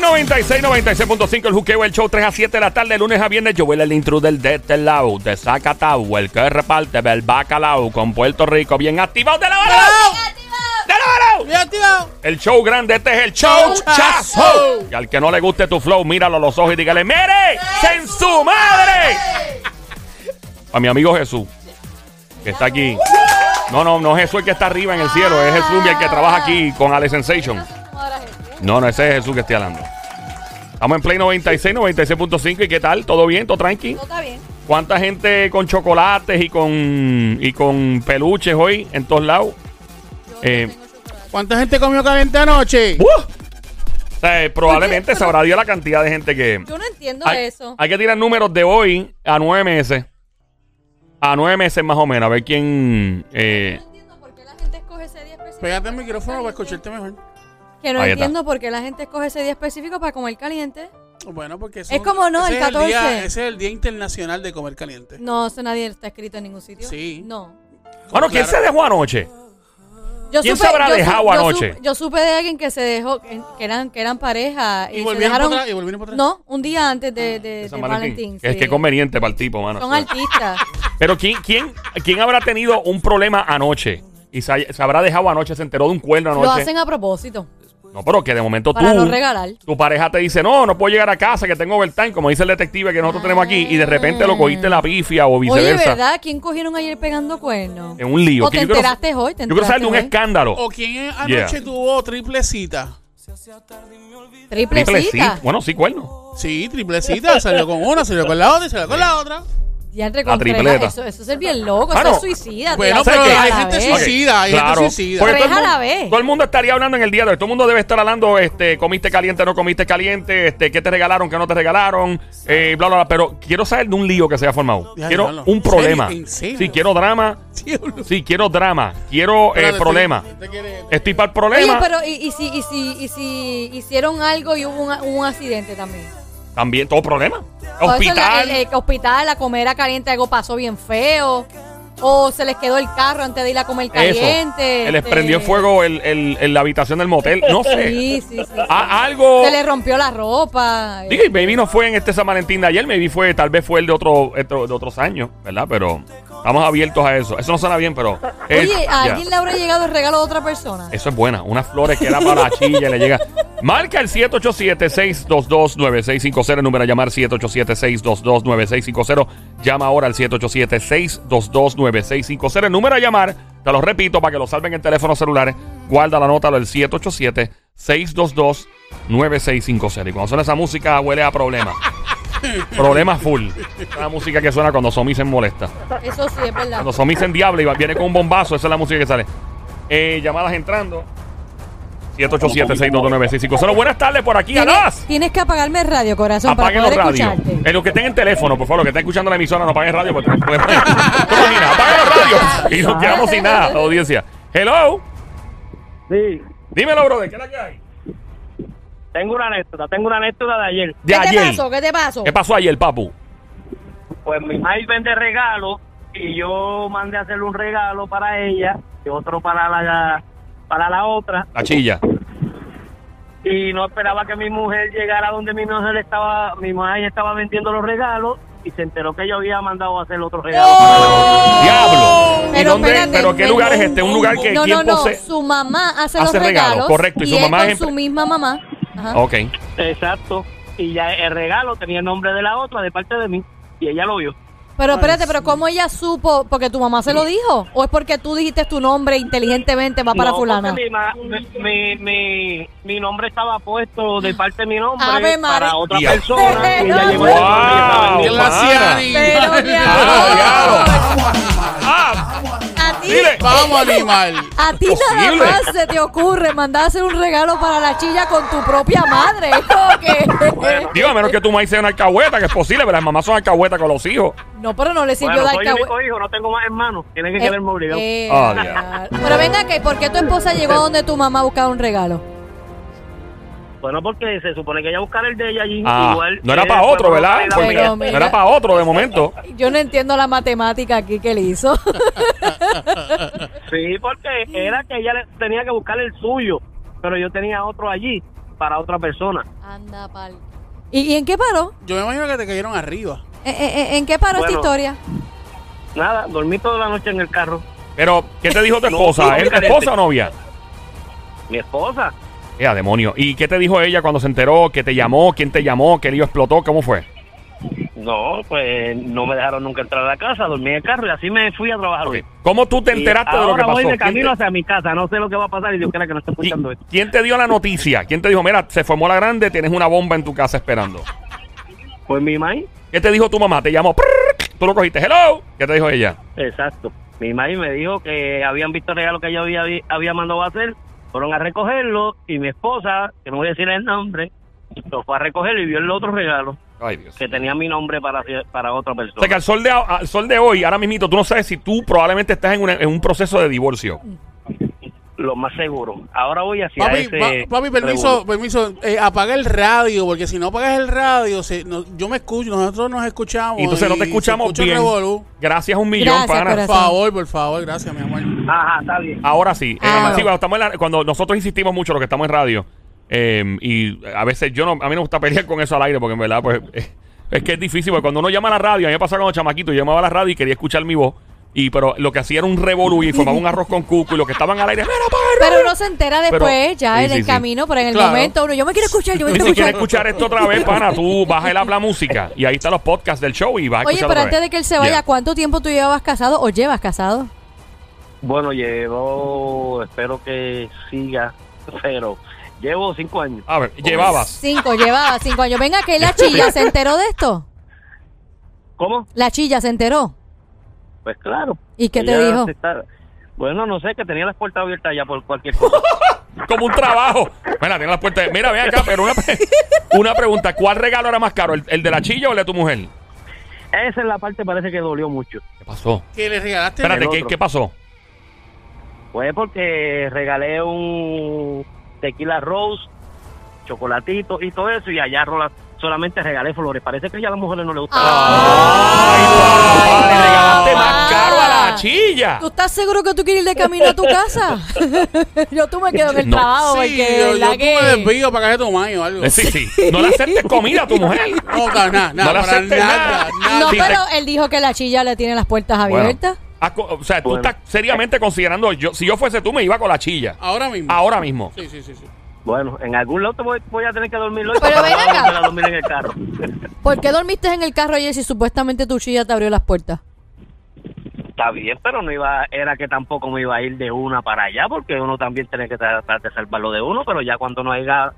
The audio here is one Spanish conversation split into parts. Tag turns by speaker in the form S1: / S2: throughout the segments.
S1: 96, 96.5, el juqueo, el show 3 a 7 de la tarde, lunes a viernes. Yo voy el intruder de este lado, de Zacatau, el que reparte el bacalao con Puerto Rico. Bien activado, de la vara. De la vara.
S2: Bien activado.
S1: El show grande, este es el show chazo. Y al que no le guste tu flow, míralo a los ojos y dígale, mire, en su madre. A mi amigo Jesús, que está aquí. No, no, no es Jesús el que está arriba en el cielo, es Jesús el que trabaja aquí con Ale Sensation. No, no, ese es Jesús que estoy hablando. Estamos en Play 96, 96.5. ¿Y qué tal? ¿Todo bien? ¿Todo tranqui?
S3: No está bien.
S1: ¿Cuánta gente con chocolates y con, y con peluches hoy en todos lados?
S3: Yo
S1: Eh,
S3: no tengo chocolate.
S2: ¿Cuánta gente comió caliente anoche?
S1: ¡Uh! O sea, eh, probablemente se habrá dio la cantidad de gente que...
S3: Yo no entiendo
S1: Hay,
S3: eso.
S1: hay que tirar números de hoy a nueve meses. A nueve meses más o menos. A ver quién... eh,
S3: Yo no entiendo por qué la gente escoge ese día específico.
S2: Pégate el
S3: para
S2: micrófono para
S3: comer
S2: escucharte mejor.
S3: caliente. Que no
S1: Ahí está.
S3: entiendo por qué la gente escoge ese día específico para comer caliente.
S2: Bueno, porque eso-
S3: Es como no,
S2: ese
S3: el
S2: es día-
S3: 14.
S2: ese es el Día Internacional de Comer Caliente.
S3: No, eso nadie está escrito en ningún sitio.
S2: Sí.
S3: No.
S1: Bueno, ¿quién
S2: Claro.
S1: se dejó anoche?
S3: Yo
S1: ¿Quién se habrá
S3: yo
S1: dejado
S3: yo
S1: anoche?
S3: supe- yo supe de alguien que se dejó, que que eran, que eran pareja. Y,
S2: Y
S3: se
S2: volvieron para
S3: dejaron.
S2: atrás, y volvieron para atrás.
S3: No, un día antes de, de, de
S1: San
S3: Valentín.
S1: Es
S3: sí.
S1: que conveniente para el tipo, mano.
S3: Son artistas.
S1: Pero ¿quién, quién, quién habrá tenido un problema anoche? Y se, haya- se habrá dejado anoche, se enteró de un cuerno
S3: Lo
S1: anoche.
S3: hacen a propósito.
S1: No, pero que de momento
S3: Para
S1: tú,
S3: no regalar.
S1: tu pareja te dice, no, no puedo llegar a casa, que tengo overtime, como dice el detective que nosotros tenemos aquí, y de repente lo cogiste la pifia o
S3: Ah. Oye,
S1: viceversa.
S3: ¿verdad? ¿Quién cogieron ayer pegando cuernos?
S1: en un lío.
S3: O te
S1: Que yo quiero-
S3: enteraste hoy. Te
S1: yo quiero saber de un
S3: enteraste
S1: escándalo.
S2: ¿O quién
S1: Yeah.
S2: anoche tuvo triple cita?
S3: hoy. Triple,
S1: Triple sí.
S3: cita.
S1: Bueno, sí, cuerno.
S2: Sí, triple cita. salió con una, salió con la otra, salió con la otra.
S3: Ya entre con
S1: La tripleta.
S3: tres, Eso, eso es bien loco,
S1: Mano,
S3: eso es suicida.
S2: Bueno,
S3: tío,
S2: pero
S3: tres a
S2: hay
S3: la
S2: gente
S3: vez.
S2: suicida, hay gente
S1: claro.
S2: suicida.
S1: Porque
S3: Pero
S1: todo, el
S3: es a la
S1: mundo-
S3: vez.
S1: todo el mundo estaría hablando en el día de hoy. Todo el mundo debe estar hablando, este, comiste caliente, no comiste caliente, este, qué te regalaron, qué no te regalaron, eh, bla, bla, bla. Pero quiero saber de un lío que se haya formado.
S2: Ya,
S1: Quiero
S2: diablo.
S1: un
S2: ¿En serio?
S1: problema.
S2: ¿En serio?
S1: Sí, quiero drama.
S2: Diablo.
S1: Sí, quiero drama. Quiero eh,
S2: Espérate,
S1: problema.
S2: te- te quiere-
S1: Estoy para el
S3: Oye,
S1: problema.
S3: pero ¿y, y si, y, si, y si hicieron algo y hubo un, un accidente también?
S1: También todo problema.
S3: O Oh, eso, la-
S1: Hospital.
S3: el, el hospital, la comera caliente, algo pasó bien feo. O se les quedó el carro antes de ir a comer
S1: Eso.
S3: caliente.
S1: Les
S3: este.
S1: prendió fuego el, el- el- la habitación del motel. No sé.
S3: Sí, sí, sí. sí.
S1: A- algo.
S3: Se le rompió la ropa. eh.
S1: Digo, y Baby no fue en este San Valentín de ayer, Baby fue, tal vez fue el de, otro, otro- de otros años, ¿verdad? Pero estamos abiertos a eso. Eso no suena bien, pero. es-
S3: Oye,
S1: eh, ya.
S3: ¿a alguien le habrá llegado el regalo de otra persona?
S1: Eso es buena. Unas flores que era para la chilla le llega. Marca el 787-622-9650. El número a llamar 787-622-9650. Llama ahora al 787-622-9650. El número a llamar, te lo repito para que lo salven en teléfonos celulares. Guarda la nota del 787-622-9650. Y cuando suena esa música, huele a problema. problema full. Esa música que suena cuando Somi se molesta.
S3: Eso sí, es verdad.
S1: Cuando Somi se endiabla y va- viene con un bombazo, esa es la música que sale. Eh, llamadas entrando. 787-629-650. Buenas tardes por aquí,
S3: Tienes,
S1: Alas.
S3: tienes que apagarme el radio, corazón,
S1: Apaguen
S3: para
S1: los
S3: poder
S1: radios.
S3: escucharte.
S1: En los que estén en teléfono, por favor, los que estén escuchando la emisora, no apaguen el radio. Porque, porque- ¿Tú imaginas? Apaguen los radios. Y nos quedamos sin nada, la audiencia. Hello.
S4: Sí,
S1: Dímelo, brother, ¿qué es la que hay?
S4: tengo una anécdota, tengo una anécdota de ayer.
S1: De
S3: ¿Qué te
S1: ayer.
S3: pasó? ¿Qué te pasó?
S1: ¿Qué pasó ayer, papu?
S4: Pues mi maíz vende regalos y yo mandé a hacerle un regalo para ella y otro para la para la otra
S1: La chilla.
S4: y no esperaba que mi mujer llegara donde mi mujer estaba, mi mujer estaba vendiendo los regalos y se enteró que yo había mandado a hacer otro regalo. para la otra.
S1: Diablo. ¿Y
S3: Oh. Pero
S1: dónde-
S3: espérate,
S1: pero qué
S3: pero-
S1: lugar es este? Un lugar que
S3: no,
S1: quién
S3: no, no.
S1: posee.
S3: Su mamá hace,
S1: hace
S3: los regalos.
S1: regalos, correcto, y su
S3: él
S1: mamá
S3: con
S1: es Oh.
S3: su
S1: empre-
S3: misma mamá. Ajá.
S1: Ok.
S4: Exacto. Y ya el regalo tenía el nombre de la otra de parte de mí y ella lo vio.
S3: Pero espérate,
S2: Ay,
S3: pero ¿cómo ella supo? ¿Porque tu mamá se lo dijo? ¿O es porque tú dijiste tu nombre inteligentemente va Ah, para
S4: No,
S3: fulana?
S4: porque Mi, ma- mi, mi, mi- mi nombre estaba puesto de parte de mi nombre
S3: Ave María.
S4: para otra
S1: Ya.
S4: persona. y ya
S3: Pero-
S4: llegó el
S1: Wow.
S4: nombre que estaba en mi-
S2: ¿Quién la
S1: Para.
S2: hacía, Ari?
S3: Pero, mi
S1: Ah,
S3: amor,
S1: Ah,
S3: a ti,
S1: dile.
S2: Vamos, animal.
S3: a ti nada
S1: Imposible.
S3: más se te ocurre mandarse un regalo para la chilla con tu propia madre. Es como que-
S1: Digo, a menos que tu maíz sea una alcahueta, que es posible, pero las mamás son alcahuetas con los hijos.
S3: No, pero no le sirvió
S4: Bueno,
S3: de
S4: soy
S3: alcahuete.
S4: único hijo, no tengo más hermanos. Tienen que
S3: Eh,
S4: quedarme obligado.
S3: eh,
S1: Ah, diablo.
S3: pero venga, que ¿por qué tu esposa llegó
S1: Eh,
S3: donde tu mamá buscaba un regalo?
S4: Bueno, porque se supone que ella buscar el de ella allí.
S1: Ah,
S4: igual,
S1: no era
S4: eh,
S1: para
S4: fue
S1: otro,
S4: para
S1: ¿verdad?
S4: buscar la
S1: Pues
S4: mía.
S1: mira,
S3: Pero
S1: no
S3: mira.
S1: era para otro de momento.
S3: Yo no entiendo la matemática aquí que le hizo.
S4: Sí, porque era que ella le- tenía que buscar el suyo, pero yo tenía otro allí. para otra persona.
S3: Anda, pal. ¿Y, y en qué paró?
S2: Yo me imagino que te cayeron arriba.
S3: ¿En, en- en qué paró esta
S4: Bueno.
S3: historia?
S4: Nada, dormí toda la noche en el carro.
S1: Pero, ¿qué te dijo tu
S4: No,
S1: esposa?
S4: no,
S1: ¿Es tu
S4: mira,
S1: esposa
S4: este-
S1: o novia?
S4: Mi esposa,
S1: Ya, demonio. ¿Y qué te dijo ella cuando se enteró? ¿Qué te llamó? ¿Quién te llamó? ¿Qué lío explotó? ¿Cómo fue?
S4: no, pues no me dejaron nunca entrar a la casa, dormí en el carro y así me fui a trabajar. hoy.
S1: ¿Cómo tú te
S4: Y
S1: enteraste de lo que
S4: ahora
S1: pasó?
S4: voy de
S1: ¿Quién
S4: camino
S1: te-
S4: hacia mi casa, no sé lo que va a pasar y Dios quiera que no esté
S1: y-
S4: escuchando esto.
S1: ¿Quién te dio la noticia? ¿Quién te dijo, mira, se formó la grande, tienes una bomba en tu casa esperando?
S4: Pues mi maíz,
S1: ¿Qué te dijo tu mamá? Te llamó. prrr, Tú lo cogiste. Hello. ¿Qué te dijo ella?
S4: exacto. Mi maíz me dijo que habían visto el regalo que yo había, había mandado a hacer, fueron a recogerlo y mi esposa, que no voy a decir el nombre, lo fue a recoger y vio el otro regalo
S1: Ay, Dios.
S4: que tenía mi nombre para, para otra
S1: O sea que
S4: persona.
S1: al sol, de, al sol de hoy, ahora mismito, tú no sabes si tú probablemente estás en, una- en un proceso de divorcio.
S4: Lo más seguro. Ahora voy hacia
S2: Papi,
S4: ese...
S2: pa- papi, permiso,
S4: revolú.
S2: permiso. eh, apaga el radio, porque si no apagas el radio, se- no- yo me escucho, nosotros nos escuchamos.
S1: Y entonces no te
S2: se
S1: escuchamos
S2: escucha el
S1: bien.
S2: revolú.
S1: Gracias un millón,
S3: Gracias,
S1: pana.
S2: Por
S3: Corazón.
S2: favor, por favor, gracias, mi amor.
S4: Ajá, está bien.
S1: Ahora sí. Eh,
S3: Ah.
S1: sí, cuando, estamos en la- cuando nosotros insistimos mucho lo que estamos en radio, eh, y a veces yo no, a mí no me gusta pelear con eso al aire, porque en verdad, pues, eh, es que es difícil, porque cuando uno llama a la radio, a mí me pasaba cuando chamaquito, yo llamaba a la radio y quería escuchar mi voz, y pero lo que hacía era un revolú y formaba un arroz con cuco, y los que estaban al aire, mira, pa, mira,
S3: Pero uno se entera
S1: Pero-
S3: después, ya
S1: sí,
S3: en
S1: sí,
S3: el
S1: sí.
S3: camino, pero en el
S2: Claro.
S3: momento uno, yo me quiero escuchar, yo me
S1: Y
S3: quiero
S1: si quieres
S3: escuchar.
S1: escuchar esto otra vez, pana, tú baja el habla música y ahí están los podcasts del show y vas a
S3: Oye,
S1: escuchar
S3: pero
S1: otra vez.
S3: antes de que él se vaya,
S1: Yeah.
S3: ¿cuánto tiempo tú llevabas casado o llevas casado?
S4: Bueno, llevo, espero que siga, pero llevo cinco años.
S1: A ver, llevabas.
S3: Cinco, llevabas cinco años. Venga, que la chilla se enteró de esto.
S4: ¿Cómo?
S3: La chilla se enteró.
S4: Pues claro.
S3: ¿Y qué te
S4: Ella
S3: dijo?
S4: se está- Bueno, no sé, que tenía las puertas abiertas ya por cualquier cosa.
S1: Como un trabajo. Mira, tiene las puertas. Mira, ven acá, pero una, pre- una pregunta. ¿Cuál regalo era más caro? ¿El, el de la chilla o el de tu mujer?
S4: Esa es la parte parece que dolió mucho.
S1: ¿Qué pasó?
S2: Que le regalaste.
S1: Espérate,
S4: El
S1: ¿qué,
S4: otro.
S1: qué pasó?
S4: Pues porque regalé un tequila rose, chocolatito y todo eso, y allá rola- solamente regalé flores. Parece que ya a las mujeres no le gusta.
S1: Ay, le regalaste
S3: Ah.
S1: más caro a la chilla.
S3: ¿Tú estás seguro que tú quieres ir de camino a tu casa? yo tú me quedo en el
S1: No.
S3: trabajo,
S2: Sí,
S3: Ah, porque
S2: yo,
S3: de
S2: yo
S3: verdad
S2: tú me
S3: que...
S2: desvío para que tu mayo o algo.
S1: Eh, Sí, sí. No le aceptes comida a tu mujer.
S2: No, cabrón, nada,
S1: No le
S2: nada, para
S1: aceptes nada.
S2: nada, nada.
S3: Ah, No,
S1: Sí, te-
S3: pero él dijo que la chilla le tiene las puertas
S1: Bueno.
S3: abiertas.
S1: Ah, co- o sea, tú
S4: Bueno.
S1: estás seriamente considerando, yo, si yo fuese tú, me iba con la chilla.
S2: Ahora mismo.
S1: Ahora mismo.
S2: Sí, sí, sí, sí.
S4: Bueno, en algún lado te voy, voy a tener que dormir hoy.
S3: Pero ven
S4: porque no voy a
S3: acá.
S4: volver a dormir en el carro.
S3: ¿Por qué dormiste en el carro ayer si supuestamente tu chilla te abrió las puertas?
S4: Está bien, pero no iba, era que tampoco me iba a ir de una para allá, porque uno también tiene que tratar de salvarlo de uno, pero ya cuando no haya...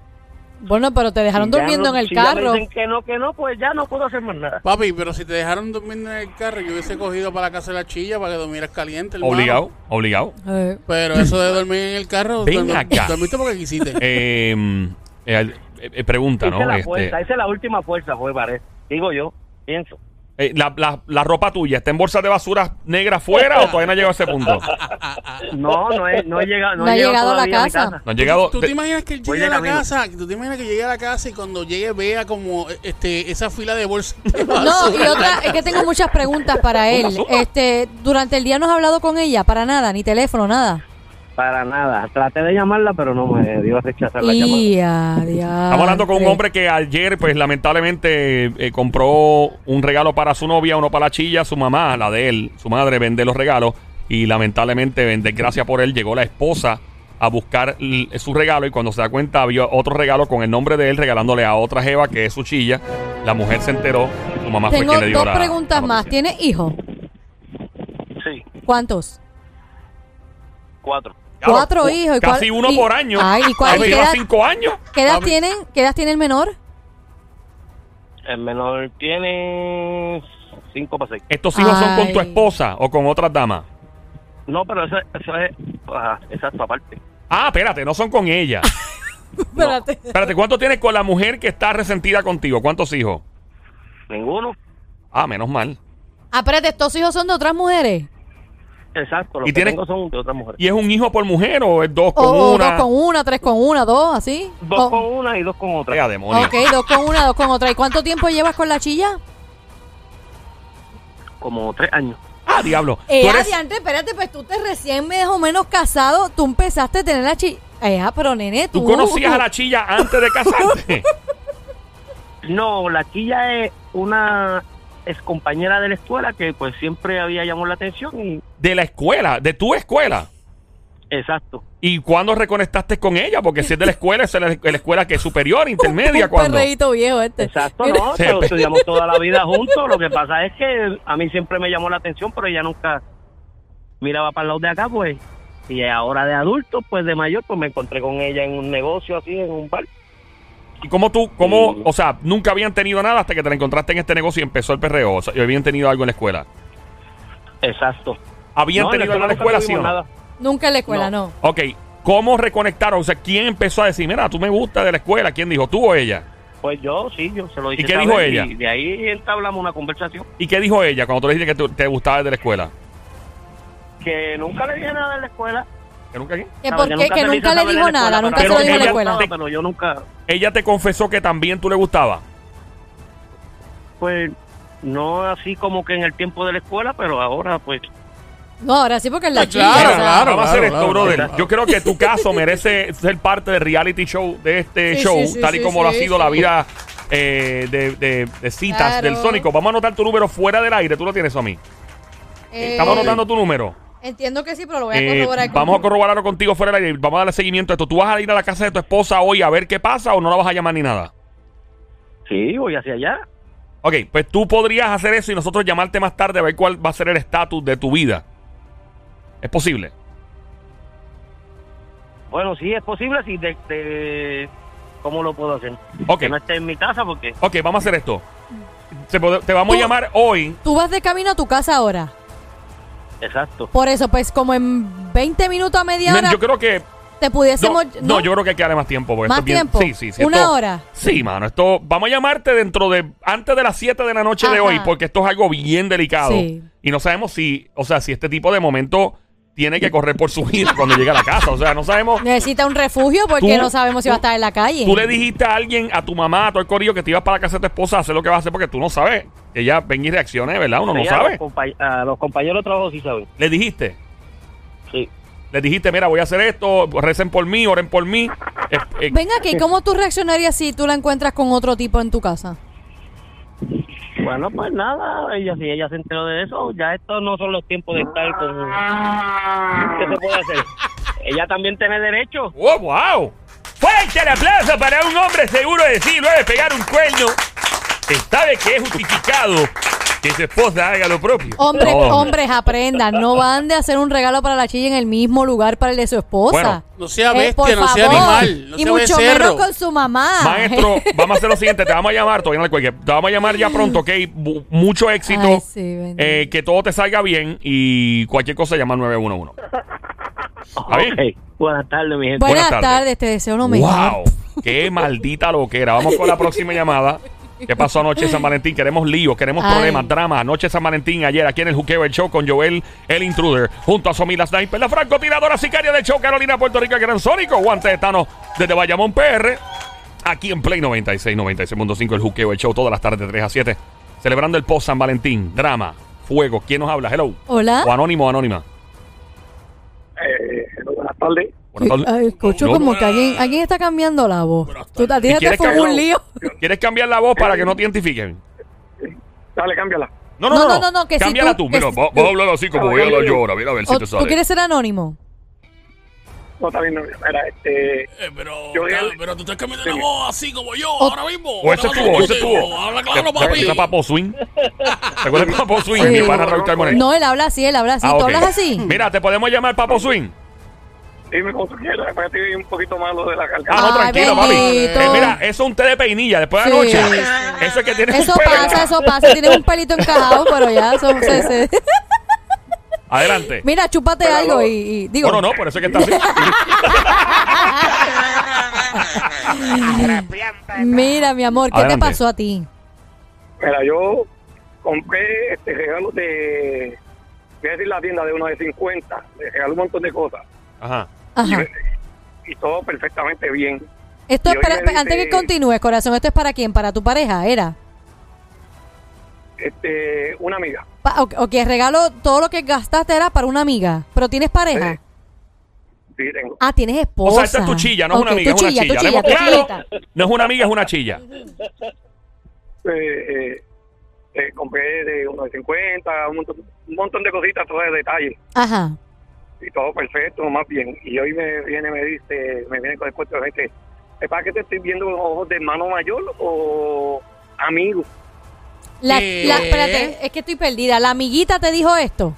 S3: Bueno, pero te dejaron
S4: si ya
S3: durmiendo
S4: no-
S3: en el
S4: si ya me
S3: carro.
S4: dicen que no, que no, pues ya no puedo hacer más nada.
S2: Papi, pero si te dejaron dormir en el carro, yo hubiese cogido para la casa de la chilla para que durmieras caliente. hermano.
S1: Obligado, obligado.
S3: Eh,
S2: Pero eso de dormir en el carro,
S1: Ven
S2: dorm-
S1: acá.
S2: dormiste porque quisiste.
S1: Eh, eh, eh, pregunta,
S4: Hice
S1: ¿no?
S4: la
S1: Este,
S4: fuerza, hice la última fuerza, fue parece. Digo yo, pienso.
S1: eh, la, la- la ropa tuya, ¿está en bolsas de basura negra afuera o todavía no ha llegado a ese punto?
S4: No, no he, no he llegado, no
S3: No
S4: he
S3: ha
S4: llegado
S3: llegado a la
S4: todavía a mi
S3: casa.
S1: No han llegado.
S2: ¿Tú
S1: Oh, de-
S2: te imaginas que él
S4: Voy
S2: llegue a
S4: de
S2: la
S4: camino.
S2: casa? ¿Tú te imaginas que llegue a la casa y cuando llegue vea como este esa fila de bolsas?
S3: No, y otra, es que tengo muchas preguntas para él. Este, durante el día no has hablado con ella, para nada, ni teléfono, nada.
S4: Para nada. Traté de llamarla, pero no me dio a rechazar la llamada.
S3: Y a diantre.
S1: Estamos hablando con un hombre que ayer, pues lamentablemente, eh, compró un regalo para su novia, uno para la chilla, su mamá, la de él, su madre, vende los regalos. Y lamentablemente, en desgracia por él, llegó la esposa a buscar l- eh, su regalo. Y cuando se da cuenta, vio otro regalo con el nombre de él, regalándole a otra jeva que es su chilla. La mujer se enteró, su mamá fue
S3: Tengo
S1: quien le dio
S3: dos
S1: la-
S3: preguntas
S1: la
S3: más.
S1: noticia.
S3: ¿Tienes hijos?
S4: Sí,
S3: ¿Cuántos?
S4: cuatro.
S1: Claro,
S3: cuatro
S1: cu-
S3: hijos, ¿y cuál-
S1: Casi uno
S3: y-
S1: por año.
S3: Ay, ¿y cuál-
S1: Ahí
S3: y
S1: lleva
S3: qué edad-
S1: cinco años.
S3: ¿Qué edad
S2: Papi.
S3: tienen? ¿Qué edad tiene el menor?
S4: El menor tiene cinco para seis.
S1: Estos hijos son con tu
S3: Ay.
S1: esposa o con otras damas.
S4: No, pero eso, eso es... Ajá, exacto, aparte.
S1: Ah, espérate, no son con ella.
S3: Espérate.
S1: Espérate, ¿cuánto tienes con la mujer que está resentida contigo? ¿Cuántos hijos?
S4: Ninguno.
S1: Ah, menos mal.
S3: Ah, espérate, estos hijos son de otras mujeres.
S4: Exacto, los
S1: ¿Y
S4: que
S1: tiene-
S4: tengo son de otras mujeres.
S1: ¿Y es un hijo por mujer o es dos
S3: O,
S1: con
S3: o
S1: una?
S3: dos con una, tres con una, dos, así.
S4: Dos
S3: O-
S4: con una y dos con otra.
S1: Ea, demonio.
S3: ok, dos con una, dos con otra. ¿Y cuánto tiempo llevas con la chilla?
S4: Como tres años.
S1: Ah, diablo.
S3: Eh,
S1: Tú eres...
S3: adiante, espérate, pues tú te recién más o menos casado, tú empezaste a tener la chilla. Eh, ah, pero nene, tú.
S1: ¿Tú conocías a la chilla antes de casarte?
S4: No, la quilla es una ex compañera de la escuela que pues siempre había llamado la atención y
S1: de la escuela, de tu escuela.
S4: exacto.
S1: ¿Y cuándo reconectaste con ella? Porque si es de la escuela, es la, la escuela que es superior, intermedia,
S3: Un
S1: cuando.
S3: perreíto viejo este.
S4: Exacto,
S3: Mira,
S4: no, pero estudiamos toda la vida juntos. Lo que pasa es que a mí siempre me llamó la atención, pero ella nunca miraba para el lado de acá, pues. Y ahora de adulto, pues de mayor, pues me encontré con ella en un negocio así, en un bar.
S1: ¿Y cómo tú, cómo, o sea, nunca habían tenido nada hasta que te la encontraste en este negocio y empezó el perreo? O sea, y habían tenido algo en la escuela.
S4: Exacto.
S1: ¿Habían
S4: No, en
S1: tenido algo en la
S4: nunca
S1: escuela, sí o
S4: tuvimos
S1: no?
S4: nada.
S3: Nunca en la escuela, no.
S1: Ok, ¿cómo reconectaron? O sea, ¿quién empezó a decir, mira, tú me gustas de la escuela? ¿Quién dijo, tú o ella?
S4: Pues yo, sí, yo se lo dije.
S1: qué dijo ella?
S4: Y de ahí entablamos una conversación
S1: ¿Y qué dijo ella cuando tú le dijiste que tú- te gustaba de la escuela?
S4: que nunca le dije nada en la escuela.
S1: ¿Que nunca qué?
S3: Que
S4: ¿sabes?
S3: por qué? Que nunca
S4: se
S3: le
S4: hizo
S3: dijo
S4: saber en la
S3: nada,
S4: escuela,
S3: nunca se
S4: pero
S3: lo
S1: que
S3: dijo en la
S1: ella-
S3: escuela.
S4: no, Pero yo nunca,
S1: Ella te confesó que también tú le gustabas.
S4: pues, no así como que en el tiempo de la escuela, pero ahora, pues,
S3: No, ahora sí porque es la
S2: Pues
S3: chica.
S2: claro,
S3: o sea,
S2: claro.
S1: Vamos a hacer esto,
S2: claro,
S1: brother.
S2: claro.
S1: Yo creo que tu caso merece ser parte del reality show de este
S3: Sí,
S1: show,
S3: sí, sí,
S1: tal y
S3: sí,
S1: como lo ha
S3: sí,
S1: sido
S3: sí.
S1: la vida eh, de, de- de citas
S3: Claro.
S1: del Sónico. Vamos a anotar tu número fuera del aire. Tú lo tienes, Somi.
S3: eh,
S1: Estamos anotando tu número.
S3: Entiendo que sí, pero lo voy a
S1: Eh,
S3: corroborar. con-
S1: vamos a corroborarlo contigo fuera del aire. Vamos a darle seguimiento a esto. ¿Tú vas a ir a la casa de tu esposa hoy a ver qué pasa o no la vas a llamar ni nada?
S4: sí, voy hacia allá.
S1: Ok, pues tú podrías hacer eso y nosotros llamarte más tarde a ver cuál va a ser el estatus de tu vida. ¿Es posible?
S4: Bueno, sí, es posible, sí, de, de- ¿cómo lo puedo hacer?
S1: Ok,
S4: Que no esté en mi casa porque
S1: ok, vamos a hacer esto. Te, pod- te vamos a
S3: Tú-
S1: llamar hoy
S3: Tú vas de camino a tu casa ahora.
S4: Exacto.
S3: Por eso, pues como en 20 minutos a media
S1: Men,
S3: hora
S1: yo creo que.
S3: te
S1: No,
S3: pudiésemos.
S1: no, yo creo que hay que darle más tiempo. porque
S3: ¿Más
S1: esto es bien-
S3: tiempo?
S1: Sí, sí, sí.
S3: ¿Una
S1: esto-
S3: hora?
S1: Sí, mano. Esto, vamos a llamarte dentro de. Antes de las 7 de la noche de
S3: Ajá.
S1: hoy, porque esto es algo bien delicado.
S3: Sí.
S1: Y no sabemos si. O sea, si este tipo de momento tiene que correr por su vida cuando llega a la casa. O sea, no sabemos.
S3: Necesita un refugio porque
S1: Tú-
S3: no sabemos si va a estar en la calle.
S1: Tú le dijiste a alguien, a tu mamá, a todo el corillo, que te ibas para la casa de tu esposa a hacer lo que va a hacer porque tú no sabes. Ella ven y reaccione, ¿verdad? Uno no
S4: Allá
S1: sabe.
S4: Los compa- a los compañeros de trabajo sí saben.
S1: Le dijiste.
S4: Sí.
S1: Le dijiste, mira, voy a hacer esto, recen por mí, oren por mí. Eh, eh,
S3: Ven aquí, ¿cómo tú reaccionarías si tú la encuentras con otro tipo en tu casa?
S4: Bueno, pues nada, ella si ella se enteró de eso, ya estos no son los tiempos de estar con... ¿Qué se puede hacer? Ella también tiene derecho.
S1: ¡Oh, wow! ¡Fuerte el aplauso para un hombre seguro de sí! Luego de pegar un cuerno, que sabe que es justificado que su esposa haga lo propio.
S3: Hombres,
S1: Oh.
S3: hombres, aprendan. No van de hacer un regalo para la chilla en el mismo lugar para el de su esposa.
S1: Bueno,
S2: No sea
S3: Eh, por
S2: bestia, no sea
S3: favor.
S2: animal, no
S3: y
S2: sea
S3: mucho
S2: becerro.
S3: menos con su mamá.
S1: Maestro, vamos a hacer lo siguiente, te vamos a llamar, todavía no le cuelgue, te vamos a llamar ya pronto, ¿ok? Bu- mucho éxito,
S3: Ay, sí, bendito.
S1: eh, que todo te salga bien y cualquier cosa llama al 911. ¿Está bien?
S4: Ok. Buenas tardes, mi gente.
S1: buenas
S3: Buenas,
S1: tardes.
S3: tardes, te deseo lo mejor.
S1: ¡Wow! ¡Qué maldita loquera! Vamos con la próxima llamada. ¿Qué pasó anoche en San Valentín? Queremos líos, queremos
S3: Ay.
S1: problemas, drama. Anoche en San Valentín, ayer aquí en el Juqueo el Show con Joel, el intruder, junto a Somila Sniper, la francotiradora sicaria del show Carolina Puerto Rico, el Gran Sónico, guante de Thanos desde Bayamón PR. Aquí en Play 96, 96.5, el Juqueo el Show, todas las tardes de 3 a 7. Celebrando el post San Valentín, drama, fuego. ¿Quién nos habla? Hello.
S3: Hola.
S1: O anónimo o anónima.
S5: Eh, buenas tardes.
S1: Buenas tardes.
S3: Eh, Ay, escucho
S1: No.
S3: como que alguien, alguien está cambiando la voz. Tú a ti
S1: ¿Y
S3: se te
S1: quieres
S3: fue
S1: cambiar-
S3: un lío.
S1: ¿Quieres cambiar la voz para que no te identifiquen?
S5: Dale, cámbiala.
S1: No, no, no, no, no,
S3: que si
S1: Cámbiala
S3: tú-
S1: tú,
S3: que
S1: mira,
S3: si-
S1: va- vas a hablar así como ella la
S5: Cámbiala.
S1: llora, mira a ver si
S3: O-
S1: te
S3: ¿Tú
S1: sale.
S3: quieres ser anónimo?
S5: No está bien, no, era este.
S2: Eh, pero,
S5: Yo voy a-
S2: pero tú estás cambiando la voz así como yo ahora mismo.
S1: O ese
S2: Ahora
S1: tuvo,
S2: mismo,
S1: ese
S2: tío.
S1: tuvo.
S2: Habla claro, papi.
S1: Esa papo swing. ¿Te acuerdas de papo swing?
S3: Sí.
S1: Mi pana Raúl Carmona.
S3: No, él habla así, él habla así.
S1: Ah, ok.
S3: ¿Tú hablas así?
S1: Mira, te podemos llamar papo swing.
S5: Dime cómo tú quieras. Después estoy un poquito malo de la carga.
S1: Ah, no,
S3: Ay,
S1: tranquilo, papi.
S3: bendito.
S1: Eh, mira, eso es un té de peinilla después de la
S3: Sí.
S1: noche. Eso es que tienes
S3: Eso
S1: un pelo.
S3: pasa, eso pasa. Tienes un pelito encajado, pero ya. Eso, se- se-
S1: Adelante.
S3: Mira, chúpate algo y, y- digo.
S1: Bueno, no, por eso es que está así.
S3: Mira, mi amor, ¿qué
S1: Adelante.
S3: te pasó a ti?
S5: Mira, yo compré este regalo de. Voy a decir la tienda de uno de 50. Le regaló un montón de cosas.
S1: Ajá.
S3: Ajá.
S5: Y todo perfectamente bien.
S3: Esto es
S5: Yo
S3: para-
S5: ya hice-
S3: antes
S1: este
S3: que continúes, corazón, ¿esto es para quién? ¿Para tu pareja? ¿Era?
S5: Este, una amiga.
S3: Pa- ok, ok, regalo, todo lo que gastaste era para una amiga, pero tienes pareja.
S5: Sí. sí, tengo.
S3: Ah, tienes
S1: O
S3: esposa.
S1: sea, esta es tu chilla, no
S3: Ah,
S1: es una
S3: ok,
S1: amiga,
S3: tu
S1: es una
S3: chilla, tu
S1: chilla.
S3: chilla,
S1: Hablemos
S3: tu
S1: claro,
S3: chillita.
S1: no es una amiga, es una chilla.
S5: Eh, eh, eh, compré de uno de 50, un montón, un montón de cositas, todo de detalle.
S3: Ajá.
S5: Y todo perfecto, más bien. Y hoy me viene, me dice, me viene con el cuento de gente, ¿es para que te estoy viendo con ojos de hermano mayor o amigo?
S3: La,
S2: ¿Qué?
S3: la- espérate, es que estoy perdida. La amiguita te dijo esto,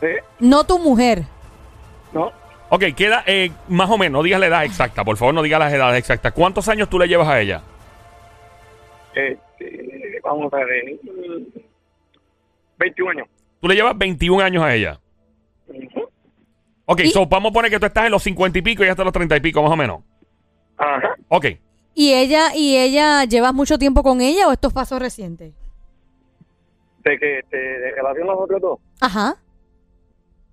S5: ¿Sí?
S3: no tu mujer.
S5: ¿Eh? ¿No?
S1: Ok, queda eh, más o menos, no digas la edad exacta, por favor, no digas las edades exactas. ¿Cuántos años tú le llevas a ella?
S5: Este, vamos a ver, mm, 21 años.
S1: Tú le llevas 21 años a ella.
S5: Ujú.
S1: Ok,
S3: Y-
S1: so vamos a poner que tú estás en los 50 y pico y ella está en los 30 y pico, más o menos.
S5: Ajá.
S1: Ok,
S3: ¿Y ella y ella llevas mucho tiempo con ella o estos pasos recientes?
S5: De que te de relación nosotros dos,
S3: Ajá.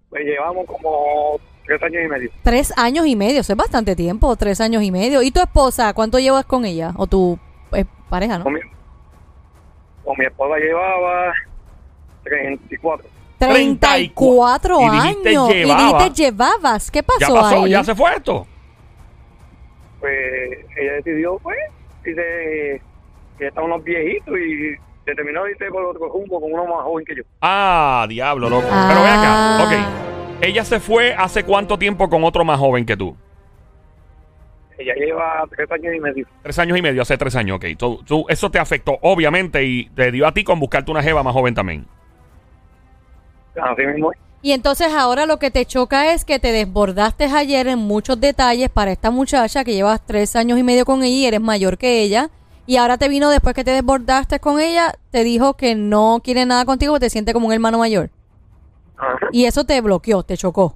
S5: pues llevamos como tres años y medio.
S3: Tres años y medio, eso es bastante tiempo, tres años y medio. ¿Y tu esposa, cuánto llevas con ella? O tu eh, pareja, ¿no?
S5: Con mi, con mi esposa llevaba 34.
S3: 34
S1: Y
S3: años.
S1: dijiste
S3: Y
S1: llevaba.
S3: dijiste llevabas. ¿Qué pasó,
S1: ya pasó,
S3: ahí?
S1: ya se fue esto.
S5: Pues ella decidió, pues, dice, que están unos viejitos y se terminó, dice, por otro rumbo con uno más joven que yo.
S1: Ah, diablo, loco.
S3: Ah.
S1: Pero ven acá, ok. Ella se fue hace cuánto tiempo con otro más joven que tú?
S5: Ella lleva tres años y medio.
S1: Tres años y medio, hace tres años, ok. Tú- tú- eso te afectó, obviamente, y te dio a ti con buscarte una jeva más joven también.
S5: Así mismo. es.
S3: Y entonces ahora lo que te choca es que te desbordaste ayer en muchos detalles para esta muchacha que llevas tres años y medio con ella y eres mayor que ella. Y ahora te vino después que te desbordaste con ella, te dijo que no quiere nada contigo, que te siente como un hermano mayor.
S5: Ajá.
S3: Y eso te bloqueó, te chocó.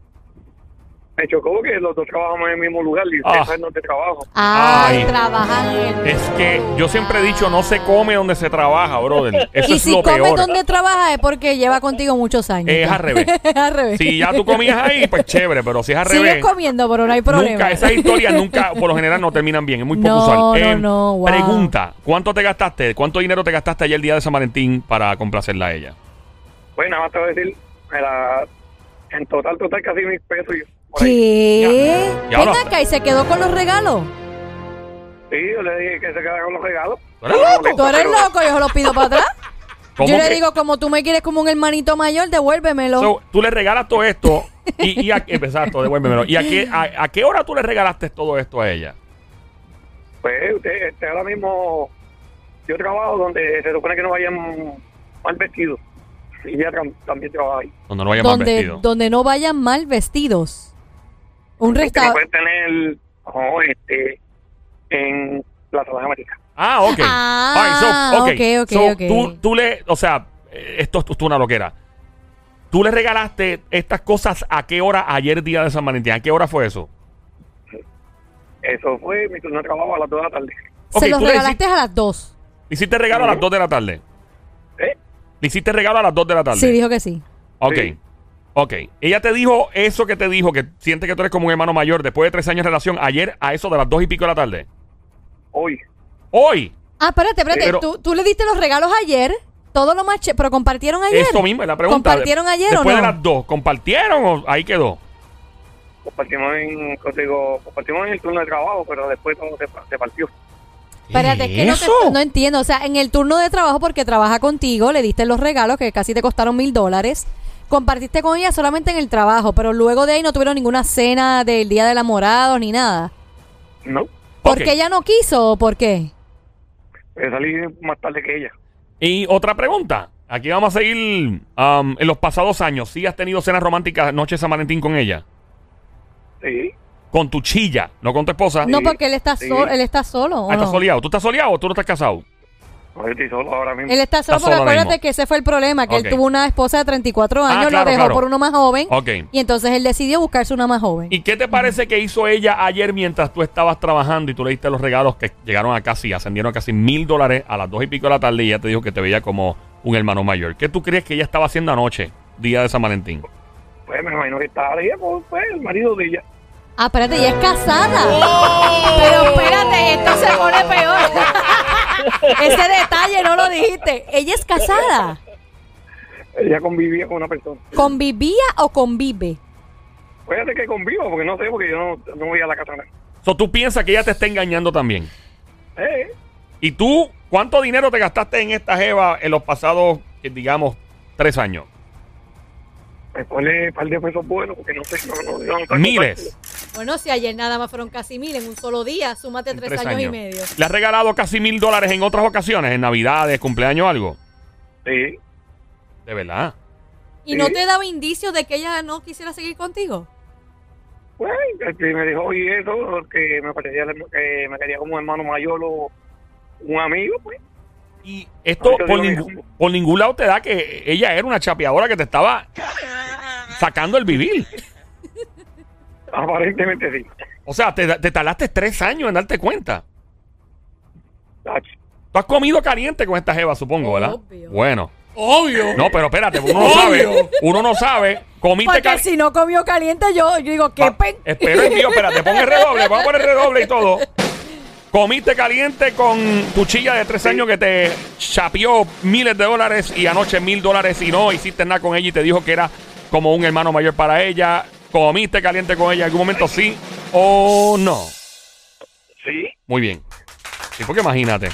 S5: Me chocó que los dos trabajamos en el mismo lugar y
S1: Ah.
S5: ustedes no te trabajo.
S1: Ay.
S3: Ay, trabajan en-
S1: Es que yo siempre he dicho, no se come donde se trabaja, brother. Eso
S3: Y
S1: es
S3: si
S1: lo
S3: comes
S1: peor.
S3: donde trabajas es porque lleva contigo muchos años.
S1: Es al revés.
S3: es al revés.
S1: Si ya tú comías ahí, pues chévere, pero si es al
S3: Sigues
S1: revés.
S3: comiendo, pero no hay problema.
S1: Nunca, esas historias nunca, por lo general, no terminan bien. Es muy poco
S3: No,
S1: usual. Eh,
S3: no, no, wow.
S1: Pregunta: ¿cuánto te gastaste? ¿Cuánto dinero te gastaste ayer el día de San Valentín para complacerla a ella?
S5: Pues nada más te voy a decir, era, en total, total, casi mil pesos. yo, por ahí.
S3: ¿Qué?
S1: Ya. Ya
S3: Ven
S1: no.
S3: acá y se quedó con los regalos.
S5: Sí, yo le dije que se quedara con los regalos.
S1: ¿Tú eres loco?
S3: Tú eres loco, yo lo pido para atrás.
S1: ¿Cómo
S3: Yo le
S1: que?
S3: digo, como tú me quieres como un hermanito mayor, devuélvemelo.
S1: So, tú le regalas todo esto y, y a, exacto, devuélvemelo. ¿Y a qué, a, a qué hora tú le regalaste todo esto a ella?
S5: Pues usted, este, ahora mismo yo trabajo donde se supone que no vayan mal vestidos. Y ella tam- también trabaja ahí.
S1: Donde no vaya más
S3: donde,
S1: vestido.
S3: donde no vayan mal vestidos. Un
S5: Que no
S3: restaurante.
S5: pueden tener no, este, en Plaza de América.
S1: Ah, ok.
S3: Ah,
S1: All
S3: ok, ok,
S1: So,
S3: ok.
S1: Tú, tú le, o sea, eh, esto es tú una loquera. Tú le regalaste estas cosas a qué hora ayer día de San Valentín. ¿A qué hora fue eso?
S5: Eso fue mi turno de trabajo a las 2 de la tarde.
S1: ok,
S3: Se los
S1: tú le
S3: regalaste a las dos.
S1: Le hiciste regalo a las 2 de la tarde.
S5: ¿Eh?
S1: Le hiciste regalo a las 2 de la tarde.
S3: Sí, dijo que sí.
S1: Ok.
S5: Sí.
S1: Ok. Ella te dijo eso que te dijo, que siente que tú eres como un hermano mayor después de tres años de relación, ayer a eso de las 2 y pico de la tarde.
S5: Hoy.
S1: Hoy.
S3: Ah, espérate, espérate.
S1: Pero-
S3: tú, tú le diste los regalos ayer, todo lo más che- pero compartieron ayer.
S1: Esto mismo es la pregunta.
S3: ¿Compartieron ayer o
S1: Después
S3: no?
S1: de las 2. ¿Compartieron o ahí quedó?
S5: Compartimos en, contigo, compartimos en el turno de trabajo, pero después todo se, pa- se partió.
S3: Espérate, es que no, te-
S1: ¿Eso?
S3: no entiendo. O sea, en el turno de trabajo, porque trabaja contigo, le diste los regalos que casi te costaron mil dólares. Compartiste con ella solamente en el trabajo, pero luego de ahí no tuvieron ninguna cena del Día del Amorado ni nada.
S5: No,
S1: Ok.
S3: ¿Porque ella no quiso o por qué?
S5: pues salí más tarde que ella.
S1: Y otra pregunta. Aquí vamos a seguir am, en los pasados años. ¿Sí has tenido cenas románticas noche de San Valentín con ella?
S5: Sí.
S1: Con tu chilla, no con tu esposa.
S3: no,
S5: Sí,
S3: porque él está,
S5: sí.
S3: sol- él está solo. ¿o
S1: Ah, estás
S3: no?
S1: soleado. ¿Tú estás soleado o tú no estás casado?
S5: No, yo estoy solo ahora mismo.
S3: Él está solo
S1: Está
S3: porque
S1: solo ahora
S3: acuérdate
S1: mismo.
S3: que ese fue el problema, que
S1: Ok. Ah,
S3: él tuvo una esposa de 34 años,
S1: claro,
S3: lo dejó
S1: claro. Oh.
S3: por uno más joven
S1: Ok.
S3: y entonces él decidió buscarse una más joven.
S1: ¿Y qué te parece que hizo ella ayer mientras tú estabas trabajando y tú le diste los regalos que llegaron a casi, ascendieron a casi mil dólares a las dos y pico de la tarde y ella te dijo que te veía como un hermano mayor? ¿Qué tú crees que ella estaba haciendo anoche, día de San Valentín?
S5: Pues me imagino que estaba ella, pues, pues, el marido de ella.
S3: Ah, espérate, ella es casada. Pero espérate, esto se pone peor. Ese detalle no lo dijiste. Ella es casada.
S5: Ella convivía con una persona.
S3: ¿Convivía o convive?
S5: Fíjate que convivo, porque no sé, porque yo no, no voy a la casa nada.
S1: So, tú piensas que ella te está engañando también.
S5: Eh,
S1: ¿Y tú cuánto dinero te gastaste en esta jeva en los pasados, eh, digamos, tres años?
S5: me pone pues, un par de pesos buenos, porque no sé, no, no, no, no, no
S1: Miles.
S3: Bueno, si ayer nada más fueron casi mil en un solo día, súmate
S1: en
S3: tres, años, y medio.
S1: ¿Le has regalado casi mil dólares en otras ocasiones? ¿En Navidades, cumpleaños, algo?
S5: Sí.
S1: De verdad.
S3: ¿Y no
S5: Sí.
S3: te daba indicios de que ella no quisiera seguir contigo?
S5: Pues, el que me dijo, y eso, que me parecía, que me quería como un hermano mayor o un amigo, pues.
S1: Y esto
S5: Ahorita
S1: por,
S5: digo
S1: ningú-
S5: mismo.
S1: por ningún lado te da que ella era una chapeadora que te estaba sacando el vivir.
S5: Aparentemente sí.
S1: O sea, te, te tardaste tres años en darte cuenta.
S5: Ach,
S1: Tú has comido caliente con esta jeva, supongo, ¿verdad?
S3: Obvio.
S1: Bueno.
S2: Obvio.
S1: No, pero espérate, uno no sabe.
S2: Obvio.
S1: Uno no sabe. Comiste
S3: Porque
S1: caliente.
S3: si no comió caliente, yo, yo digo, qué pen...
S1: Espera, tío, espérate, pon el redoble, vamos a poner redoble y todo. Comiste caliente con tu chilla de tres años que te chapeó miles de dólares y anoche mil dólares y no hiciste nada con ella y te dijo que era como un hermano mayor para ella. Comiste caliente con ella en algún momento, sí o no.
S5: sí.
S1: Muy bien. Sí, porque imagínate.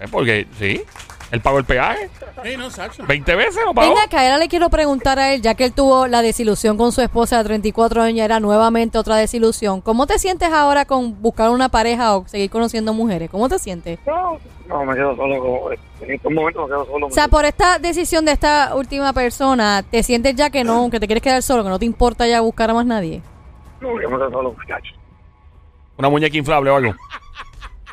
S1: Eh, Porque, sí, él pagó el peaje
S2: Sí, no, Sacho.
S1: 20 veces o pagó.
S3: Venga, que ahora le quiero preguntar a él, ya que él tuvo la desilusión con su esposa de 34 años, era nuevamente otra desilusión. ¿Cómo te sientes ahora con buscar una pareja o seguir conociendo mujeres? ¿Cómo te sientes?
S5: No, no, me quedo solo. con- En estos momentos me quedo solo.
S3: O sea, por esta decisión de esta última persona, ¿te sientes ya que no, que te quieres quedar solo, que no te importa ya buscar a más nadie?
S5: No, yo me quedo solo, muchachos.
S1: Una muñeca inflable o algo.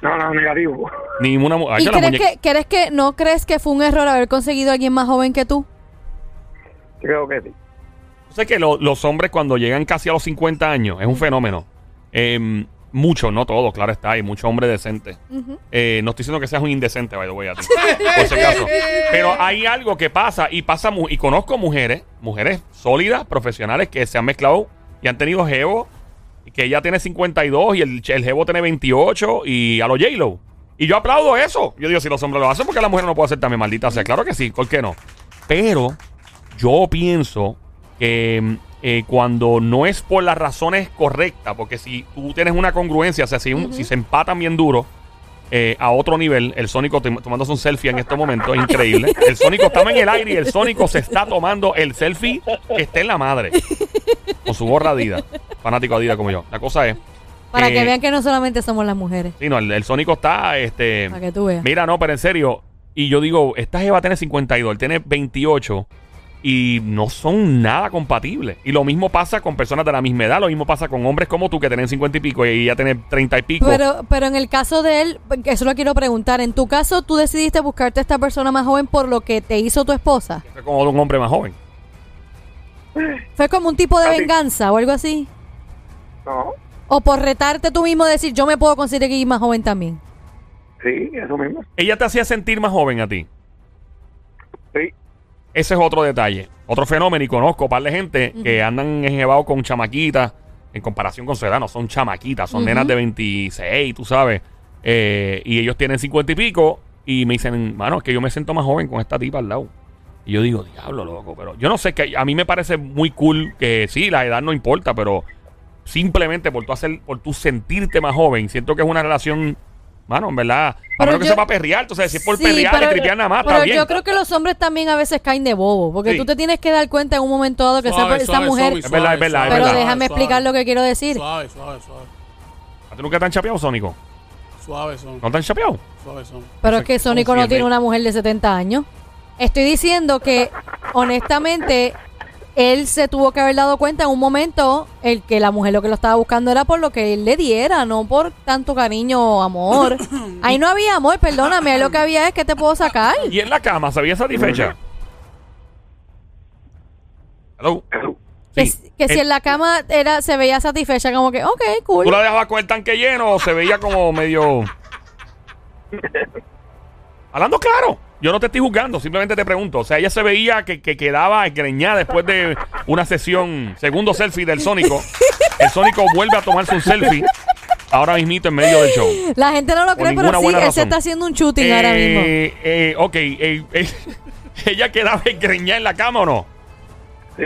S5: No, no, negativo.
S1: Ninguna mu- Ay,
S3: ¿Y
S1: que la
S3: crees
S1: muñeca.
S3: que, crees que no crees que fue un error haber conseguido a alguien más joven que tú?
S5: Creo que sí.
S1: Yo sé que lo- los hombres cuando llegan casi a los 50 años, es un fenómeno. Eh, muchos, no todos, claro está, hay muchos hombres decentes. Eh, no estoy diciendo que seas un indecente, by the way, a ti, por si acaso. Pero hay algo que pasa y pasa, mu- y conozco mujeres, mujeres sólidas, profesionales, que se han mezclado y han tenido jevo, y que ella tiene 52 y el, el jevo tiene 28 y a lo J-Lo. Y yo aplaudo eso. Yo digo, si los hombres lo hacen, porque la mujer no puede hacer también maldita? O sea, claro que sí, ¿por qué no? Pero yo pienso que eh, cuando no es por las razones correctas, porque si tú tienes una congruencia, o sea, si, un- si se empatan bien duro eh, a otro nivel, el Sónico tom- tomándose un selfie en este momento, es increíble. El Sónico estaba en el aire y el Sónico se está tomando el selfie que está en la madre. Con su gorra Adidas, fanático Adidas como yo. La cosa es.
S3: Para
S1: eh,
S3: que vean que no solamente somos las mujeres,
S1: Sí, no, el, el Sónico está. este
S3: para que tú veas.
S1: Mira, no, pero en serio. Y yo digo, esta jeva tiene 52, él tiene 28 y no son nada compatibles. Y lo mismo pasa con personas de la misma edad, lo mismo pasa con hombres como tú que tienen 50 y pico y ya tienen 30 y pico.
S3: Pero, pero en el caso de él, que eso lo quiero preguntar, en tu caso tú decidiste buscarte a esta persona más joven por lo que te hizo tu esposa.
S1: Fue como de un hombre más joven.
S3: ¿Fue como un tipo de
S5: Así.
S3: venganza o algo así?
S5: No,
S3: ¿O por retarte tú mismo a decir yo me puedo conseguir más joven también?
S5: sí, eso mismo.
S1: Ella te hacía sentir más joven a ti.
S5: Sí.
S1: Ese es otro detalle. Otro fenómeno, y conozco un par de gente que andan enjevados con chamaquitas en comparación con su edad. No son chamaquitas, son nenas de 26, tú sabes. Eh, y ellos tienen 50 y pico. Y me dicen, mano, es que yo me siento más joven con esta tipa al lado. Y yo digo, diablo, loco. Pero yo no sé, que a mí me parece muy cool que sí, la edad no importa, pero simplemente por tú, hacer, por tú sentirte más joven, siento que es una relación, mano, en verdad. A
S3: Pero
S1: menos que
S3: yo-
S1: sea para perrear, tú sabes, si es por
S3: Sí,
S1: perrear
S3: pero-
S1: y tripear nada más,
S3: Pero
S1: está bien.
S3: yo creo que los hombres también a veces caen de bobo, porque
S1: Sí.
S3: tú te tienes que dar cuenta en un momento dado que esa-
S2: Suave,
S3: esa,
S2: suave,
S3: mujer...
S2: suave,
S1: Es verdad, es verdad, es
S3: pero
S1: verdad.
S3: déjame
S2: suave,
S3: explicar lo que quiero decir.
S2: Suave, suave, suave.
S1: ¿A ti nunca te han chapeado, Sónico?
S2: Suave son,
S1: ¿No te han chapeado?
S2: suave son.
S3: Pero
S1: Eso
S3: es que
S1: es como
S3: Sónico no
S1: siempre.
S3: tiene una mujer de 70 años. Estoy diciendo que, honestamente, él se tuvo que haber dado cuenta en un momento el que la mujer lo que lo estaba buscando era por lo que él le diera, no por tanto cariño o amor. Ahí no había amor, perdóname, ahí lo que había es que te puedo sacar.
S1: ¿Y en la cama? ¿Se había satisfecha? Hello.
S3: Que,
S1: Sí.
S3: que si
S1: Eh,
S3: en la cama era se veía satisfecha, como que, ok, cool.
S1: ¿Tú la dejabas con el tanque lleno o se veía como medio. Hablando claro. Yo no te estoy juzgando, simplemente te pregunto. O sea, ella se veía que, que quedaba esgreñada después de una sesión, segundo selfie del Sónico. El Sónico vuelve a tomarse un selfie ahora mismito en medio del show.
S3: La gente no lo cree,
S1: ninguna
S3: pero sí, él
S1: buena
S3: se
S1: razón.
S3: está haciendo un shooting ahora mismo.
S1: Eh, eh, ok, eh, eh, ¿ella quedaba esgreñada en la cama o no?
S5: Sí.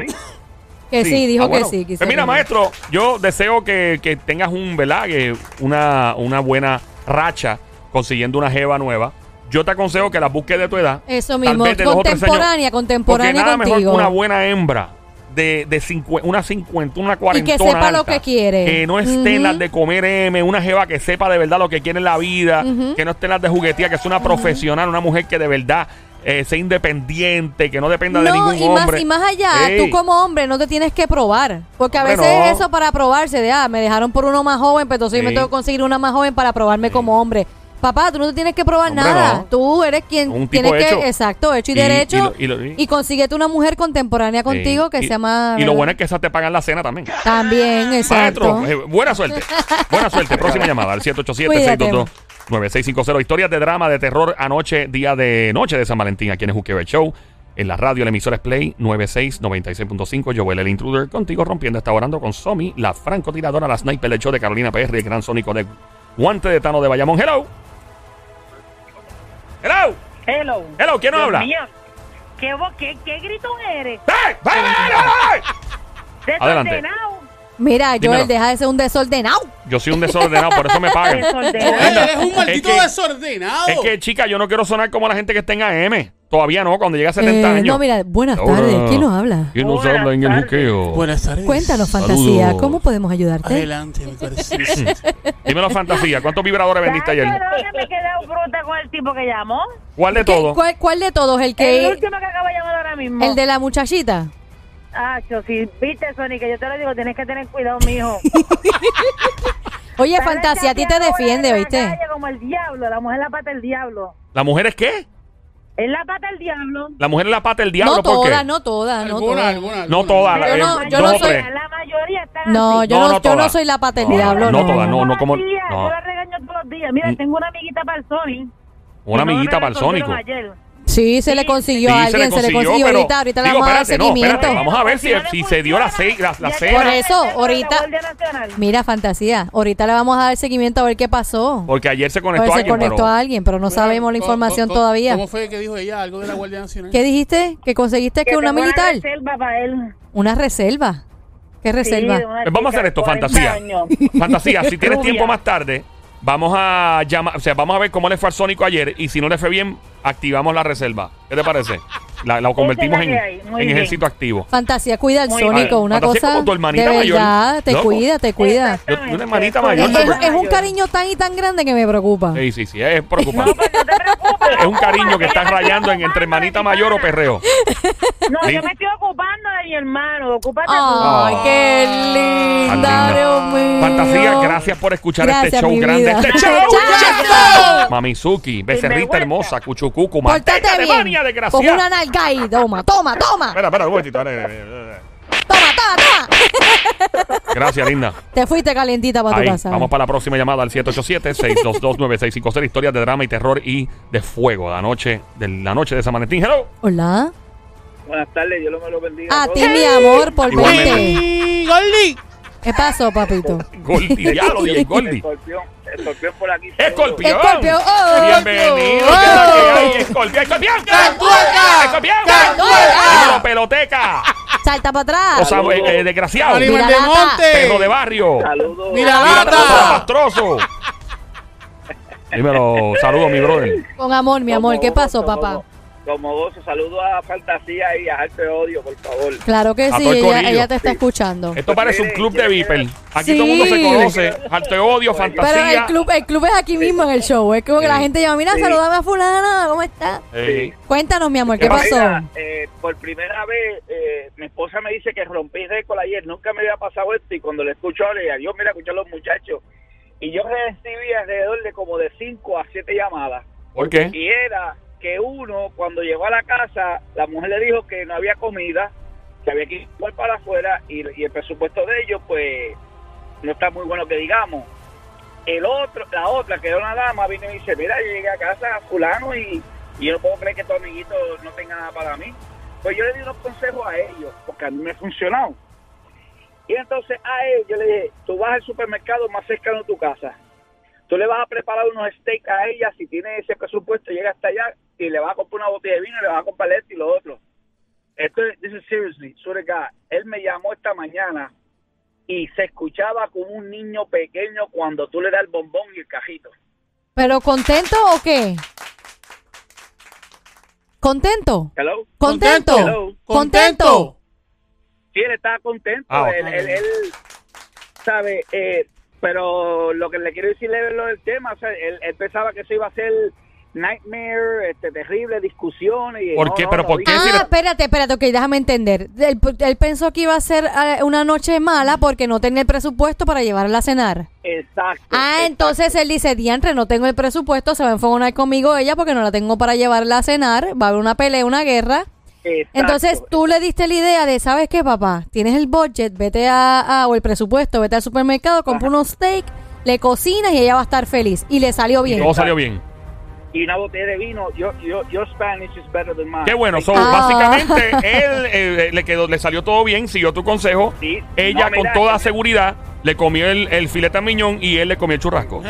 S3: Que sí, dijo
S1: Ah,
S3: que
S1: bueno.
S3: sí. que
S1: Pues
S3: se
S1: mira,
S3: rindió.
S1: maestro, yo deseo que, que tengas un, ¿verdad? Que una, una buena racha consiguiendo una jeva nueva. Yo te aconsejo que la busques de tu edad.
S3: Eso
S1: Tal
S3: mismo,
S1: vez de dos o tres años.
S3: contemporánea, contemporánea
S1: Porque nada mejor
S3: contigo.
S1: que una buena hembra de, de cincu- una cincuenta, una cuarentona
S3: sepa lo
S1: alta.
S3: que quiere.
S1: Que no esté en
S3: Ujú.
S1: las de comer M, una jeva que sepa de verdad lo que quiere en la vida,
S3: Ujú.
S1: que no esté en las de juguetía, que es una profesional, una mujer que de verdad eh, sea independiente, que no dependa de
S3: No,
S1: ningún
S3: y más,
S1: hombre.
S3: y más allá,
S1: Ey.
S3: tú como hombre no te tienes que probar. Porque a
S1: Hombre,
S3: veces
S1: no.
S3: es eso para probarse, de ah, me dejaron por uno más joven, pero entonces
S1: Sí.
S3: yo me tengo que conseguir una más joven para probarme como hombre. Papá, tú no te tienes que probar
S1: Hombre,
S3: nada.
S1: no.
S3: Tú eres quien
S1: Un tipo
S3: tienes que.
S1: hecho.
S3: Exacto, hecho y,
S1: Y- y
S3: derecho.
S1: lo- y lo- y-
S3: y consíguete una mujer contemporánea contigo
S1: Sí.
S3: que
S1: Y-
S3: sea más.
S1: Y lo bueno es que esas te pagan la cena también.
S3: También, exacto.
S1: Maestro, eh, buena suerte. Buena suerte. Próxima llamada al 787-622-9650. Historias de drama, de terror, anoche, día de noche de San Valentín, aquí en el Juqueo el Show. En la radio, la emisora es Play 9696.5. Joel el Intruder, contigo rompiendo, está orando con Somi, la francotiradora, la sniper del show de Carolina PR, el gran sónico de Guante de Tano de Bayamón. Hello. Hello.
S6: Hello.
S1: Hello, ¿quién
S6: Dios
S1: habla?
S6: mío, ¿Qué, vo- qué, qué grito eres?
S1: ¡Hey! ¡Hey, hey, hey, hey! Adelante.
S6: Desordenado.
S3: Mira,
S1: Dímelo.
S3: Joel, deja de ser un desordenado.
S1: Yo soy un desordenado, por eso me pagan.
S6: Desordenado.
S2: Joel, eres un maldito
S1: Es que-
S2: desordenado.
S1: Es que, chica, yo no quiero sonar como la gente que está en AM. Todavía no, cuando llega a 70
S3: Eh,
S1: años.
S3: no, mira, buenas
S1: Ahora,
S3: tardes. ¿Quién nos habla?
S1: ¿Quién nos
S6: Buenas
S1: habla en el
S6: tardes.
S1: juqueo?
S2: Buenas tardes.
S3: Cuéntanos, fantasía.
S1: Saludos.
S3: ¿Cómo podemos ayudarte?
S2: Adelante, mi corazón.
S1: Dímelo, fantasía. ¿Cuántos vibradores vendiste ayer?
S6: ¿Dónde me he quedado bruta con el tipo que llamó?
S1: ¿Cuál de
S3: ¿Qué-
S1: todo?
S3: cuál, cuál de todos? ¿El que
S6: El último que acaba de llamar ahora mismo.
S3: el de la muchachita?
S6: Ah, yo, si viste, Sonic, yo te lo digo, tienes que tener cuidado, mijo.
S3: Oye,
S6: Sale
S3: Fantasía, a ti te
S6: chateando
S3: defiende,
S6: en la
S3: ¿viste?
S6: calle Como el diablo, la mujer es la pata del diablo.
S1: ¿La mujer es qué?
S6: Es la pata del diablo.
S1: ¿La mujer es la pata del diablo?
S3: No
S1: ¿Por
S3: todas,
S1: qué?
S3: no todas, no
S2: Alguna,
S3: todas.
S2: alguna,
S1: No
S2: alguna.
S1: todas. la-
S3: Yo
S1: eh,
S3: no- yo
S1: dos
S3: no
S1: o
S3: soy-
S1: tres.
S6: La mayoría está
S3: No,
S6: así.
S3: yo
S1: No,
S3: no,
S1: no
S3: yo no
S1: todas.
S3: soy la pata del
S1: No, no
S3: diablo. No,
S1: todas, no. como-
S6: Todos los días,
S1: no.
S6: Yo la regaño todos los días. Mira,
S1: Mm.
S6: tengo una amiguita para el Sonic.
S1: Una
S6: No
S1: amiguita
S6: me
S1: para el pues. Sónico.
S6: resolvieron ayer.
S3: Sí, se le
S6: Sí,
S3: consiguió a alguien, se le consiguió,
S1: pero-
S3: ahorita, ahorita le
S1: digo,
S3: vamos a dar
S1: espérate, no,
S3: seguimiento.
S1: espérate, vamos a ver si,
S6: Bueno,
S1: si
S6: funciona.
S1: se dio la, se- la, la
S6: Ya
S1: cena.
S3: Por eso,
S6: tenemos la
S3: ahorita-
S6: Guardia Nacional.
S3: Mira, Fantasía, ahorita le vamos a dar seguimiento a ver qué pasó.
S1: Porque ayer se
S3: A ver,
S1: conectó
S3: se
S1: alguien,
S3: conectó
S1: pero-
S3: a alguien, pero no sabemos la
S2: ¿Cómo-
S3: información
S2: cómo-
S3: todavía.
S2: ¿Cómo fue que dijo ella algo de la Guardia Nacional?
S3: ¿Qué dijiste? ¿Que conseguiste que
S6: Que
S3: una
S6: tengo
S3: militar?
S6: reserva para él.
S3: Una reserva. ¿Qué
S6: Sí,
S3: reserva?
S6: de una
S1: Eh, Vamos a
S6: chica
S1: hacer esto,
S6: de 40
S1: fantasía.
S6: años.
S1: Fantasía, si tienes
S6: Rubia.
S1: tiempo más tarde, vamos a llamar, o sea, vamos a ver cómo le fue al Sónico ayer y si no le fue bien, activamos la reserva. ¿Qué te parece? La, la convertimos
S6: Esa es
S1: en,
S6: la que hay. Muy
S1: en
S6: bien.
S1: ejército activo.
S3: Fantasía, cuida al
S6: Muy bien.
S3: Sónico,
S1: Ay,
S3: una
S1: fantasía
S3: cosa
S1: como tu hermanita
S3: de
S1: mayor.
S3: verdad, te
S1: Loco.
S3: cuida, te cuida.
S6: Exactamente.
S1: Una hermanita
S6: Por
S1: mayor,
S3: Es,
S6: eso
S1: no
S3: es-
S1: te
S6: mayor.
S3: es un cariño tan y tan grande que me preocupa.
S1: Sí, sí, sí, es preocupante.
S6: No, pero no te preocupes.
S1: Es un cariño que estás rayando en entre hermanita mayor o perreo.
S6: No,
S1: Sí.
S6: yo me estoy ocupando de mi hermano. Ocúpate
S3: Ay, qué linda,
S1: Tan
S3: Dios mío.
S1: Fantasía, gracias por escuchar este
S3: Gracias,
S1: show
S3: mi
S1: grande.
S3: vida.
S1: Este show,
S3: ¡Chazo!
S1: Mamizuki, becerrita
S6: Sinvergüenza.
S1: hermosa, cuchucucu, manteca
S3: Pórtate
S1: de
S3: bien.
S1: mania,
S3: Con
S1: desgraciada.
S3: una nalga ahí. Toma, toma, toma.
S1: Espera, espera, un momentito. eh, eh, eh,
S3: Toma, toma, toma.
S1: eh. Gracias, linda.
S3: Te fuiste calientita para tu
S1: Ahí,
S3: casa.
S1: Vamos para la próxima llamada al 787-622-9650. Historias de drama y terror y de fuego. La noche de, la noche de San Valentín. Hello.
S3: Hola.
S7: Buenas tardes, Dios me lo bendiga.
S3: A ti, mi amor, por
S1: Igualmente.
S3: verte.
S2: ¡Y Goldi!
S3: ¿Qué pasó, papito?
S1: Goldi, diablo, DJ Goldi.
S7: Escorpión, escorpión por aquí.
S1: Escorpión.
S3: Escorpión. Oh,
S1: Bienvenido. ¿Qué es la que hay? Escorpión. Escorpión.
S2: ¡Cantueca!
S1: Escorpión.
S3: ¡Cantueca!
S1: Dímelo, peloteca.
S3: Salta para
S1: O
S3: atrás.
S1: sea, eh, eh, desgraciado.
S3: Mira,
S2: ¡Animal de
S3: lata.
S1: Perro de
S2: monte!
S1: barrio.
S7: Saludos.
S2: ¡Mira lata!
S1: Pastroso. Dímelo. Saludos, mi brother.
S3: Con amor, mi amor. ¿Qué pasó, papá?
S7: Como gozo, saludos a Fantasía y a Arte Odio, por favor.
S3: Claro que
S1: A
S3: sí,
S1: todo el
S3: ella,
S1: corillo.
S3: ella te está escuchando.
S1: Esto parece un club de Viper. Aquí
S3: Sí.
S1: todo el mundo se conoce. Alto odio, fantasía.
S3: Pero el club, el club es aquí mismo en el show. Es como que la
S1: Sí.
S3: gente llama, mira,
S7: Sí.
S3: saludame a fulana, ¿cómo está?
S1: Sí.
S3: Cuéntanos, mi amor, ¿qué
S1: Mira,
S3: pasó?
S7: Mira, eh, por primera vez, eh, mi esposa me dice que rompí récord ayer. Nunca me había pasado esto. Y cuando le escucho, le digo, Dios, mira, escuché a los muchachos. Y yo recibí alrededor de como de 5 a 7 llamadas.
S1: ¿Por qué?
S7: y era que uno cuando llegó a la casa la mujer le dijo que no había comida que había que ir para afuera y, y el presupuesto de ellos pues no está muy bueno que digamos el otro la otra que era una dama vino y dice mira yo llegué a casa fulano y, y yo no puedo creer que tu amiguito no tenga nada para mí pues yo le di unos consejos a ellos porque a mí me ha funcionado y entonces a él yo le dije tú vas al supermercado más cercano de tu casa tú le vas a preparar unos steaks a ella si tiene ese presupuesto, llega hasta allá y le vas a comprar una botella de vino, le vas a comprar esto y lo otro. esto es- this is seriously, swear to God. Él me llamó esta mañana y se escuchaba como un niño pequeño cuando tú le das el bombón y el cajito.
S3: ¿Pero contento o qué? ¿Contento?
S7: Hello.
S3: ¿Contento?
S7: Hello.
S3: ¿Contento?
S7: Sí, él estaba contento.
S1: Ah, ok.
S7: él, él- él, sabe, eh, pero lo que le quiero decir es lo del tema. O sea, él, él pensaba que eso iba a ser nightmare, este, terrible discusión. Y,
S1: ¿Por
S7: no,
S1: qué?
S7: no,
S1: ¿Pero por
S7: no,
S1: qué?
S3: Ah,
S1: decir-
S3: espérate, espérate, ok, déjame entender. Él, él pensó que iba a ser eh, una noche mala porque no tenía el presupuesto para llevarla a cenar.
S7: Exacto.
S3: Ah,
S7: exacto.
S3: entonces él dice, diantre, no tengo el presupuesto, se va a enfogonar conmigo ella porque no la tengo para llevarla a cenar, va a haber una pelea, una guerra.
S7: Exacto.
S3: Entonces tú le diste la idea de, ¿sabes qué, papá? Tienes el budget, vete a, a- o el presupuesto, vete al supermercado, compra unos steak, le cocinas y ella va a estar feliz. Y le salió bien.
S1: Todo salió bien.
S7: Y una botella de vino. Your, your, your Spanish is better than mine.
S1: Qué bueno. So,
S3: Ah.
S1: Básicamente, él eh, eh, le quedó, le salió todo bien, siguió tu consejo.
S7: Sí.
S1: Ella
S7: No, mira,
S1: con toda
S7: eh,
S1: seguridad le comió el, el filete miñón y él le comió el churrasco.